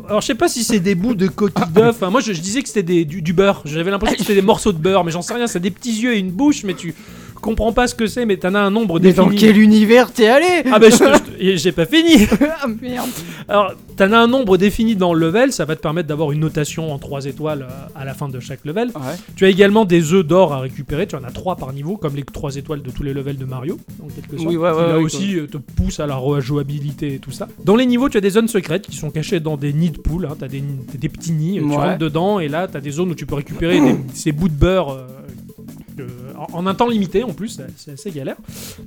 alors, je sais pas si c'est des bouts Oh. de coquille d'œuf. Enfin, moi je, je disais que c'était des- du, du beurre. J'avais l'impression que c'était des morceaux de beurre, mais j'en sais rien. C'est des petits yeux et une bouche, mais tu comprends pas ce que c'est. Mais t'en as un nombre
Ah, Mais dans
défini.
quel univers t'es allé
Ah bah je te- je te- et j'ai pas fini
Ah, merde.
Alors t'en as un nombre défini dans le level, ça va te permettre d'avoir une notation en 3 étoiles euh, à la fin de chaque level.
Ouais.
Tu as également des œufs d'or à récupérer, tu en as 3 par niveau, comme les 3 étoiles de tous les levels de Mario, en quelque sorte.
Oui, ouais,
qui,
ouais,
là
oui,
aussi euh, te pousse à la rejouabilité et tout ça. Dans les niveaux, tu as des zones secrètes qui sont cachées dans des nids de poules, hein. t'as des, t'as des petits nids, euh, tu
Ouais.
rentres dedans et là t'as des zones où tu peux récupérer des- ces bouts de beurre. euh, euh, en- en un temps limité en plus, c'est- c'est assez galère.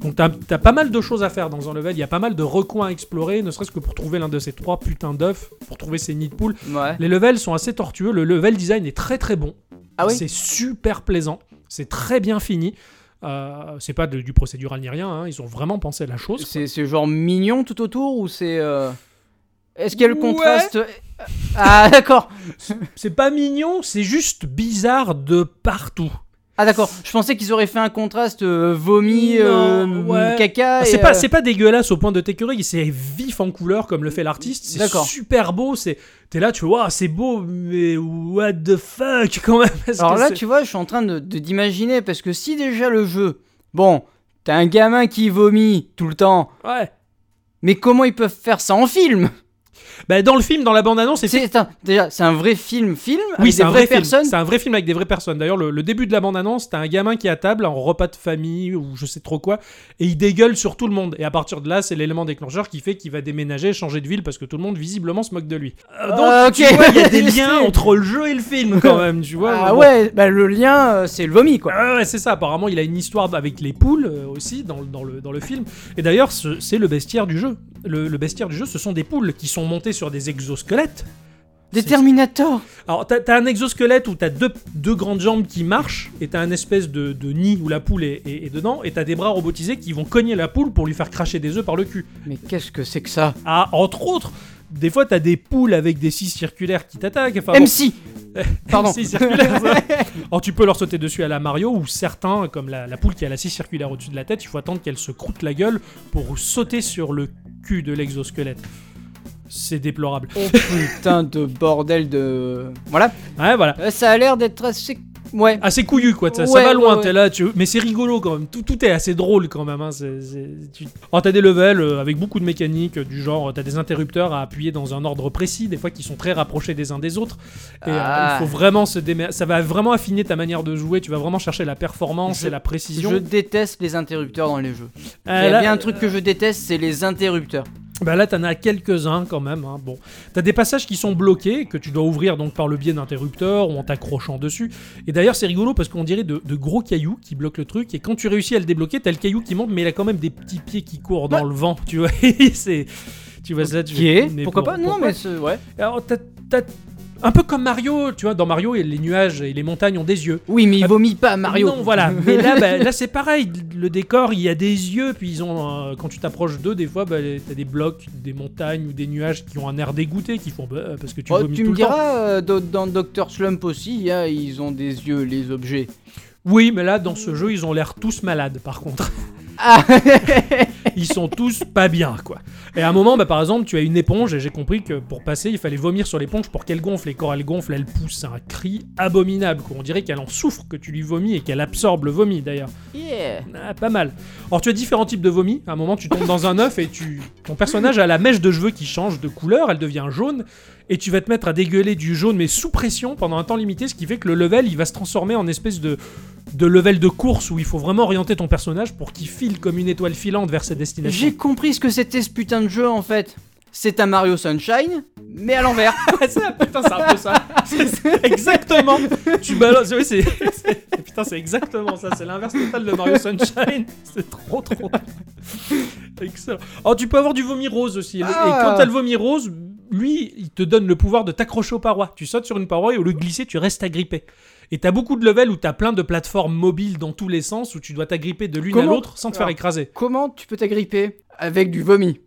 Donc t'as t'as pas mal de choses à faire dans un level, il y a pas mal de recoins à explorer, ne serait-ce que pour trouver l'un de ces trois putains d'œufs, pour trouver ces nids de poules.
Ouais.
Les levels sont assez tortueux, le level design est très très bon.
Ah oui.
C'est super plaisant, c'est très bien fini. Euh, c'est pas de- du procédural ni rien, hein, ils ont vraiment pensé à la chose. quoi.
C'est c'est genre mignon tout autour ou c'est. euh, Est-ce qu'il y a le
Ouais.
contraste Ah d'accord.
C'est pas mignon, c'est juste bizarre de partout.
Ah d'accord. Je pensais qu'ils auraient fait un contraste euh, vomi, euh,
Non, ouais. Ah,
caca.
c'est
et,
pas,
euh,
c'est pas dégueulasse au point de t'écœurer, c'est vif en couleur comme le fait l'artiste, c'est
D'accord.
super beau, c'est t'es là, tu vois, Ouah, c'est beau, mais what the fuck quand même. parce
Alors
que
là,
c'est-
tu vois, je suis en train de de- d'imaginer parce que si déjà le jeu, bon, t'as un gamin qui vomit tout le temps,
ouais.
mais comment ils peuvent faire ça en film
Bah, dans le film, dans la bande annonce, c'est
C'est attends, déjà, c'est un vrai film, film
Oui,
avec
c'est
Ah, des
un vrai
vraies
film.
personnes.
C'est un vrai film avec des vraies personnes. D'ailleurs, le, le début de la bande-annonce, t'as un gamin qui est à table en repas de famille ou je sais trop quoi, et il dégueule sur tout le monde. Et à partir de là, c'est l'élément déclencheur qui fait qu'il va déménager, changer de ville parce que tout le monde visiblement se moque de lui. Euh, donc,
Ah,
tu
ok.
vois, il y a des liens entre le jeu et le film quand même, tu vois.
Ah
Bon.
ouais, bah le lien, euh, c'est le vomi quoi.
Ah ouais, c'est ça. Apparemment, il a une histoire avec les poules euh, aussi dans, le- dans le, dans le film. Et d'ailleurs, ce- c'est le bestiaire du jeu. Le- le bestiaire du jeu, ce sont des poules qui sont montées sur des exosquelettes.
Des
c'est-
Terminators.
Alors, t'as t'as un exosquelette où t'as deux, deux grandes jambes qui marchent, et t'as un espèce de, de nid où la poule est, est- est dedans, et t'as des bras robotisés qui vont cogner la poule pour lui faire cracher des œufs par le cul.
Mais qu'est-ce que c'est que ça
Ah, entre autres, des fois t'as des poules avec des scies circulaires qui t'attaquent. Enfin, bon,
MC Pardon.
scies circulaires, ça. Alors, tu peux leur sauter dessus à la Mario, ou certains, comme la, la poule qui a la scie circulaire au-dessus de la tête, il faut attendre qu'elle se croûte la gueule pour sauter sur le cul de l'exosquelette. C'est déplorable.
Oh putain de bordel de. Voilà.
Ouais, voilà.
Euh, Ça a l'air d'être assez. Ouais.
assez couillu quoi, ça, ça
Ouais,
va
ouais,
loin,
ouais.
t'es là, tu... mais c'est rigolo quand même, tout, tout est assez drôle quand même. Hein. c'est- c'est- tu- Alors t'as des levels euh, avec beaucoup de mécaniques, euh, du genre euh, t'as des interrupteurs à appuyer dans un ordre précis, des fois qui sont très rapprochés des uns des autres, et euh,
Ah.
il faut vraiment se démer... ça va vraiment affiner ta manière de jouer, tu vas vraiment chercher la performance
Je-
et la précision.
Je déteste les interrupteurs dans les jeux.
Ah,
Il y a
là,
bien un truc que je déteste, c'est les interrupteurs.
Bah là, t'en as quelques-uns quand même. hein. Bon, t'as des passages qui sont bloqués que tu dois ouvrir donc par le biais d'interrupteurs ou en t'accrochant dessus. Et d'ailleurs, c'est rigolo parce qu'on dirait de, de gros cailloux qui bloquent le truc. Et quand tu réussis à le débloquer, t'as le caillou qui monte, mais il a quand même des petits pieds qui courent
Bah.
dans le vent. Tu vois, c'est tu vois ça. tu-
Qui est
mais
Pourquoi
bon,
pas Non,
pourquoi
mais c'est- ouais.
Alors, t'as- t'as- un peu comme Mario, tu vois, dans Mario, et les nuages et les montagnes ont des yeux.
Oui, mais il
Ah,
vomit pas, Mario.
Non, voilà. Mais là, bah, là c'est pareil. Le décor, il y a des yeux, puis ils ont. euh, quand tu t'approches d'eux, des fois, bah, t'as des blocs, des montagnes ou des nuages qui ont un air dégoûté, qui font bah, parce que tu
Oh,
vomis
tu
tout
me
le temps.
diras, euh, dans- dans Doctor Slump aussi, il y a- ils ont des yeux, les objets.
Oui, mais là, dans ce jeu, ils ont l'air tous malades, par contre.
Ah
Ils sont tous pas bien, quoi. Et à un moment, bah, par exemple, tu as une éponge, et j'ai compris que pour passer, il fallait vomir sur l'éponge pour qu'elle gonfle. Et quand elle gonfle, elle pousse un cri abominable, quoi. On dirait qu'elle en souffre, que tu lui vomis, et qu'elle absorbe le vomi, d'ailleurs.
yeah.
Ah, pas mal. Alors tu as différents types de vomi. À un moment, tu tombes dans un œuf et tu, ton personnage a la mèche de cheveux qui change de couleur, elle devient jaune, et tu vas te mettre à dégueuler du jaune mais sous pression pendant un temps limité, ce qui fait que le level il va se transformer en espèce de de level de course où il faut vraiment orienter ton personnage pour qu'il file comme une étoile filante vers ses destinations.
J'ai compris ce que c'était ce putain de jeu en fait. C'est un Mario Sunshine, mais à l'envers.
ça, Ah, putain, c'est un peu ça. C'est- c'est exactement. Tu balances. Oui, c'est. c'est- Putain, c'est exactement ça. C'est l'inverse total de Mario Sunshine. C'est trop, trop. Excellent. Alors, tu peux avoir du vomi rose aussi. Et le-
Ah.
Et quand t'as le vomi rose, lui, il te donne le pouvoir de t'accrocher aux parois. Tu sautes sur une paroi et au lieu de glisser, tu restes agrippé. Et t'as beaucoup de levels où t'as plein de plateformes mobiles dans tous les sens où tu dois t'agripper de l'une à
Comment
l'autre sans te faire
Alors.
écraser.
Comment tu peux t'agripper avec du vomi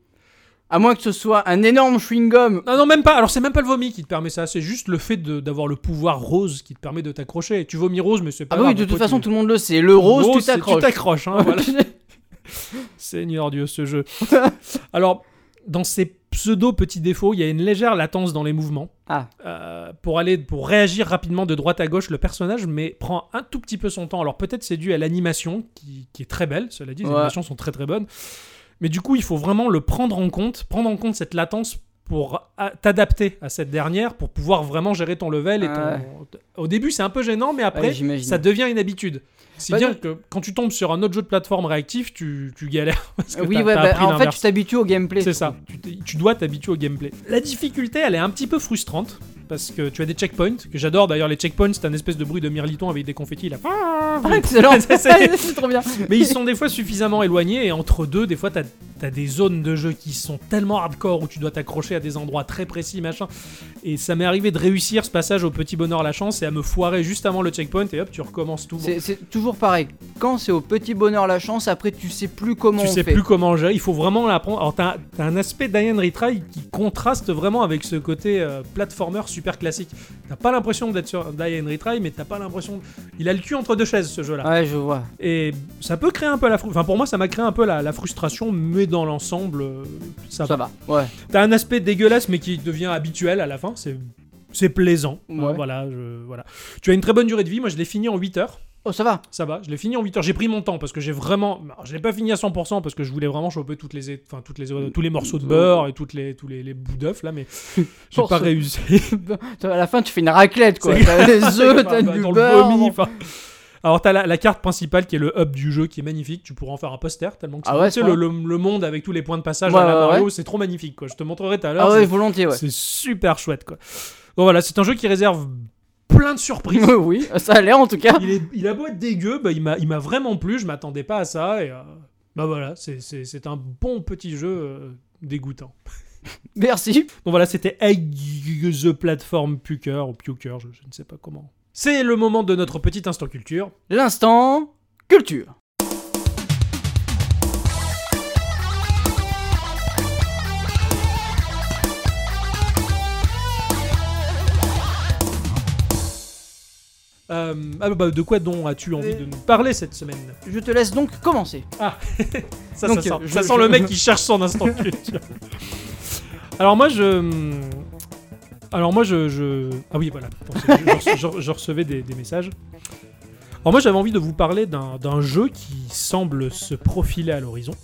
À moins que ce soit un énorme chewing-gum.
Ah Non, non, même pas. Alors, c'est même pas le vomi qui te permet ça. C'est juste le fait de- d'avoir le pouvoir rose qui te permet de t'accrocher. Tu vomis rose, mais c'est pas
Ah bah oui,
grave,
de toute
toi, tu-
façon, tout le monde le sait. Le rose,
Rose,
tu
c'est-
t'accroches.
t'accroches, hein, voilà. Seigneur Dieu, ce jeu. Alors, dans ces pseudo petits défauts, il y a une légère latence dans les mouvements.
Ah.
Euh, pour aller, pour réagir rapidement de droite à gauche, le personnage mais prend un tout petit peu son temps. Alors peut-être c'est dû à l'animation qui, qui est très belle. Cela dit, les
Ouais.
animations sont très très bonnes. Mais du coup, il faut vraiment le prendre en compte, prendre en compte cette latence pour a- t'adapter à cette dernière, pour pouvoir vraiment gérer ton level. Et ton-
Ah Ouais.
Au début, c'est un peu gênant, mais après,
Ouais, j'imagine.
ça devient une habitude. Si
Bah
bien
non.
que quand tu tombes sur un autre jeu de plateforme réactif, tu, tu galères. Parce que
oui,
t'as-
ouais,
t'as
bah,
appris
en fait, tu
l'inverse.
t'habitues au gameplay.
c'est ça. Tu, t'es- tu dois t'habituer au gameplay. La difficulté, elle est un petit peu frustrante. Parce que tu as des checkpoints, que j'adore d'ailleurs. Les checkpoints, c'est un espèce de bruit de mirliton avec des confettis. Là.
Ah, excellent,
C'est- c'est-
c'est trop bien.
Mais ils sont des fois suffisamment éloignés. Et entre deux, des fois, t'as as des zones de jeu qui sont tellement hardcore où tu dois t'accrocher à des endroits très précis, machin. Et ça m'est arrivé de réussir ce passage au petit bonheur la chance et à me foirer juste avant le checkpoint. Et hop, tu recommences tout.
C'est c'est toujours pareil. Quand c'est au petit bonheur la chance, après tu sais plus comment
tu
on
sais
fait.
plus comment gérer. Il faut vraiment l'apprendre. Alors, t'as t'as un aspect Diane Retry qui contraste vraiment avec ce côté euh, platformer super classique. T'as pas l'impression d'être sur Diane Retry, mais t'as pas l'impression. Il a le cul entre deux chaises ce jeu-là.
Ouais, je vois.
Et ça peut créer un peu la. fru- Enfin, pour moi, ça m'a créé un peu la, la frustration, mais dans l'ensemble, euh, ça
Ça
va.
va. Ouais.
T'as un aspect dégueulasse, mais qui devient habituel à la fin. C'est. C'est plaisant. Hein,
Ouais.
voilà, je- voilà. Tu as une très bonne durée de vie. Moi, je l'ai fini en 8 heures.
Oh, ça va.
Ça va, je l'ai fini en 8 heures. J'ai pris mon temps parce que j'ai vraiment. alors, je l'ai pas fini à 100% parce que je voulais vraiment choper toutes les... é- Enfin, toutes les... tous les morceaux de
Mm.
beurre et toutes les... tous les, les bouts d'œuf là, mais j'ai pas
Morceaux.
réussi.
À la fin, tu fais une raclette quoi.
C'est-
T'as des œufs,
Enfin,
t'as
bah,
du
dans le
beurre.
vomi, enfin. Alors, t'as la, la carte principale qui est le hub du jeu qui est magnifique. Tu pourras en faire un poster tellement que c'est
Ah ouais,
tu sais,
c'est
le,
vrai
le- le monde avec tous les points de passage
Ouais,
à la
ouais,
Mario,
ouais.
c'est trop magnifique quoi. Je te montrerai tout à l'heure.
Ah
c'est-
ouais, volontiers, ouais.
C'est super chouette quoi. Bon, voilà, c'est un jeu qui réserve plein de surprises.
oui, ça a l'air en tout cas.
il, est- il a beau être dégueu, bah, il m'a il m'a vraiment plu, je m'attendais pas à ça. Et, euh, bah voilà, c'est- c'est c'est un bon petit jeu euh, dégoûtant.
Merci.
Donc voilà, c'était Egg the Platform Puker, ou Puker, je, je ne sais pas comment. C'est le moment de notre petit instant culture.
L'instant culture.
Euh, ah bah, de quoi donc as-tu envie de nous parler cette semaine
Je te laisse donc commencer.
Ça,
Donc,
ça sent,
euh, je-
ça sent
je-
le mec qui cherche son instant culture. Alors moi je... hmm, Alors moi je... je- Ah oui voilà, Pour ça, je, je- je- je recevais des, des messages. Alors moi j'avais envie de vous parler d'un d'un jeu qui semble se profiler à l'horizon,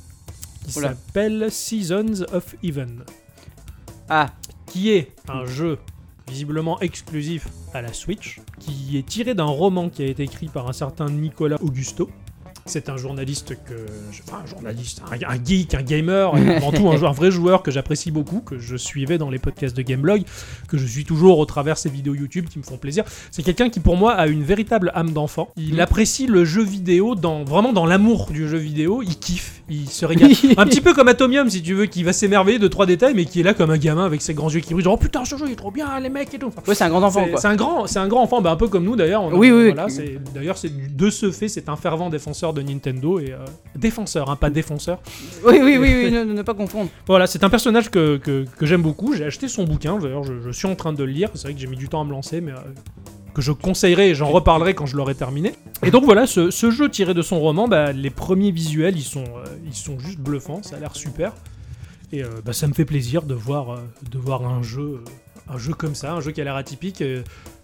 qui
Oula.
s'appelle Seasons of Even,
Ah,
qui est un jeu visiblement exclusif à la Switch, qui est tiré d'un roman qui a été écrit par un certain Nicolas Augusto, C'est un journaliste que. je- Enfin, un journaliste, un, un geek, un gamer, et avant tout un, jou- un vrai joueur que j'apprécie beaucoup, que je suivais dans les podcasts de Gameblog, que je suis toujours au travers ces vidéos YouTube qui me font plaisir. C'est quelqu'un qui, pour moi, a une véritable âme d'enfant. Il
Mm.
apprécie le jeu vidéo dans, vraiment dans l'amour du jeu vidéo. Il kiffe, il se régale. un petit peu comme Atomium, si tu veux, qui va s'émerveiller de trois détails, mais qui est là comme un gamin avec ses grands yeux qui brillent, genre oh putain, ce jeu il est trop bien, les mecs et tout. Enfin,
Ouais, c'est un grand enfant,
c'est-
quoi.
C'est un grand, c'est un grand enfant, bah, un peu comme nous d'ailleurs. on a-
Oui, oui,
voilà,
oui.
c'est- D'ailleurs, c'est du- de ce fait, c'est un fervent défenseur de Nintendo et euh, défenseur, hein, pas défenseur.
Oui, oui, oui, oui, ne, ne pas confondre.
Voilà, c'est un personnage que, que- que j'aime beaucoup. J'ai acheté son bouquin. D'ailleurs, je, je suis en train de le lire. C'est vrai que j'ai mis du temps à me lancer, mais euh, que je conseillerais et j'en reparlerai quand je l'aurai terminé. Et donc voilà, ce, ce jeu tiré de son roman, bah, les premiers visuels, ils sont, euh, ils sont juste bluffants. Ça a l'air super. Et euh, bah, ça me fait plaisir de voir, euh, de voir un jeu, euh, un jeu comme ça, un jeu qui a l'air atypique. euh,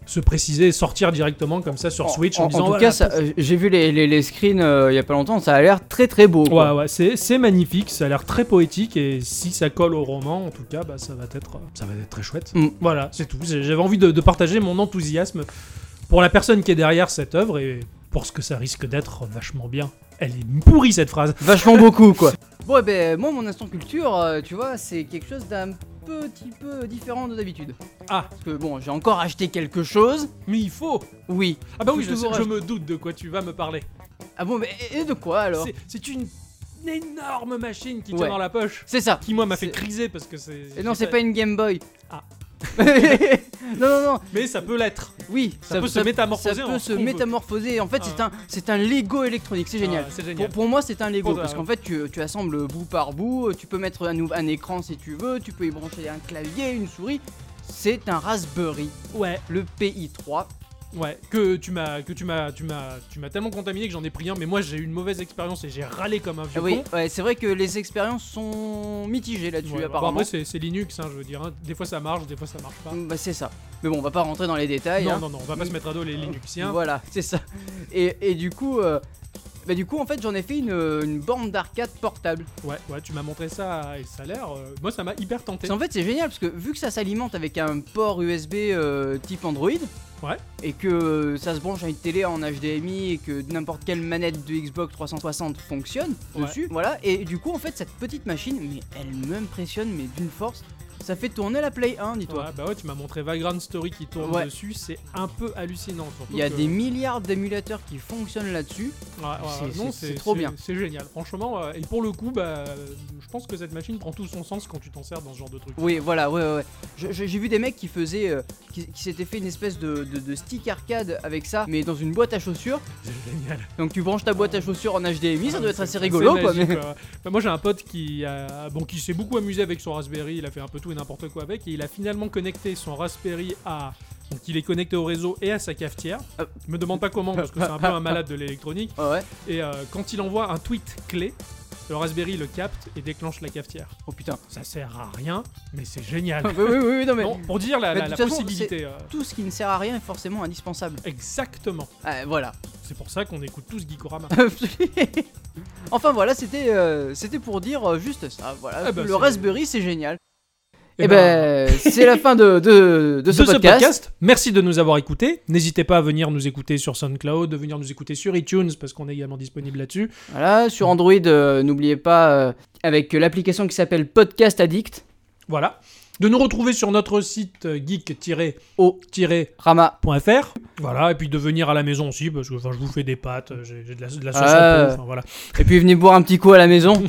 se préciser et sortir directement comme ça sur Switch en,
en,
disant
tout
Ouais,
cas, ça- euh, j'ai vu les, les, les screens euh, il y a pas longtemps, ça a l'air très très beau.
Ouais,
quoi.
ouais, c'est, c'est magnifique, ça a l'air très poétique et si ça colle au roman, en tout cas, bah, ça, va être, ça va être très chouette.
Mm.
Voilà, c'est tout. J'ai- J'avais envie de, de partager mon enthousiasme pour la personne qui est derrière cette œuvre et pour ce que ça risque d'être vachement bien. Elle est pourrie cette phrase.
Vachement beaucoup, quoi. Bon, eh ben, moi, mon instant culture, euh, tu vois, c'est quelque chose d'un petit peu différent de d'habitude.
Ah.
Parce que bon, j'ai encore acheté quelque chose.
Mais il faut
Oui.
Ah bah
Faut
oui, je,
toujours
je
acheter.
me doute de quoi tu vas me parler.
Ah bon, mais et- et de quoi alors
C'est, c'est une énorme machine qui
Ouais.
tient dans la poche.
C'est ça.
Qui moi m'a fait
C'est-
criser parce que c'est.
Et non, c'est pas une Game Boy.
Ah.
non, non, non.
Mais ça peut l'être.
Oui.
Ça peut se métamorphoser
Ça
en
peut
ce
se
qu'on veut.
métamorphoser. En fait, c'est
Ah.
un, c'est un Lego électronique. C'est génial.
Ah, c'est génial.
Pour, pour moi, c'est un Lego
Pour toi, hein.
parce qu'en fait, tu, tu assembles bout par bout. Tu peux mettre un, nou- un écran si tu veux. Tu peux y brancher un clavier, une souris. C'est un Raspberry,
Ouais.
le PI3.
Ouais, que tu m'as, que tu m'as, tu m'as, tu m'as tellement contaminé que j'en ai pris un, mais moi j'ai eu une mauvaise expérience et j'ai râlé comme un
Ah
vieux
oui,
con.
ouais, c'est vrai que les expériences sont mitigées là-dessus,
Ouais, bon,
apparemment.
après c'est, c'est Linux, hein, je veux dire. hein. Des fois ça marche, des fois ça marche pas.
bah, c'est ça. Mais bon, on va pas rentrer dans les détails.
Non,
hein.
non, non, on va pas se mettre à dos les Linuxiens.
Voilà, c'est ça. Et, et du coup, euh, bah, du coup, en fait, j'en ai fait une, une borne d'arcade portable.
Ouais, ouais, tu m'as montré ça et ça a l'air. euh, moi ça m'a hyper tenté.
En fait, c'est génial parce que vu que ça s'alimente avec un port USB euh, type Android,
Ouais.
et que euh, ça se branche à une télé en HDMI et que n'importe quelle manette de Xbox 360 fonctionne
Ouais.
dessus, voilà. Et du coup, en fait, cette petite machine, mais elle m'impressionne, mais d'une force. Ça fait tourner la Play 1, dis-toi.
Ouais, bah ouais, tu m'as montré Vagrant Story qui tourne
Ouais.
dessus, c'est un peu hallucinant. surtout
Il y a
que-
des milliards d'émulateurs qui fonctionnent là-dessus.
Ouais, ouais,
c'est-
non,
c'est- c'est trop bien.
C'est génial, franchement. euh, et pour le coup, bah, je pense que cette machine prend tout son sens quand tu t'en sers dans ce genre de truc.
Oui, voilà, ouais, ouais. ouais. Je- je- J'ai vu des mecs qui faisaient, euh, qui, qui s'étaient fait une espèce de, de- de stick arcade avec ça, mais dans une boîte à chaussures.
C'est génial.
Donc tu branches ta boîte à chaussures en HDMI, ça
Ah,
doit
mais
être
c'est-
assez
c'est
rigolo, quoi.
magique,
mais-
quoi. Bah, moi j'ai un pote qui a- bon qui s'est beaucoup amusé avec son Raspberry, il a fait un peu tout et n'importe quoi avec et il a finalement connecté son Raspberry à donc il est connecté au réseau et à sa cafetière.
Ah.
Je me demande pas comment parce que c'est un peu un malade de l'électronique
Ouais, ouais.
et euh, quand il envoie un tweet clé, le Raspberry le capte et déclenche la cafetière.
Oh putain.
Ça sert à rien, mais c'est génial.
oui, oui, oui, oui, non mais.
Bon, pour dire la,
Mais
la-
de
la
toute façon,
possibilité. euh,
Tout ce qui ne sert à rien est forcément indispensable.
exactement.
Ah, voilà.
C'est pour ça qu'on écoute tous Geekorama.
enfin voilà, c'était euh, c'était pour dire euh, juste ça. Voilà,
Ah bah,
le
c'est-
Raspberry, c'est génial.
Eh
Et, ben, c'est la fin de, de, de ce
de ce
podcast.
podcast. Merci de nous avoir écoutés. N'hésitez pas à venir nous écouter sur SoundCloud, de venir nous écouter sur iTunes parce qu'on est également disponible là-dessus.
Voilà, sur Android, euh, n'oubliez pas, euh, avec l'application qui s'appelle Podcast Addict,
Voilà. De nous retrouver sur notre site euh, geek-o-.fr.
Rama.
Voilà, et puis de venir à la maison aussi parce que enfin, je vous fais des pâtes, euh, j'ai j'ai de la, de la sauce
Ah.
un peu, enfin, voilà.
Et puis venez boire un petit coup à la maison.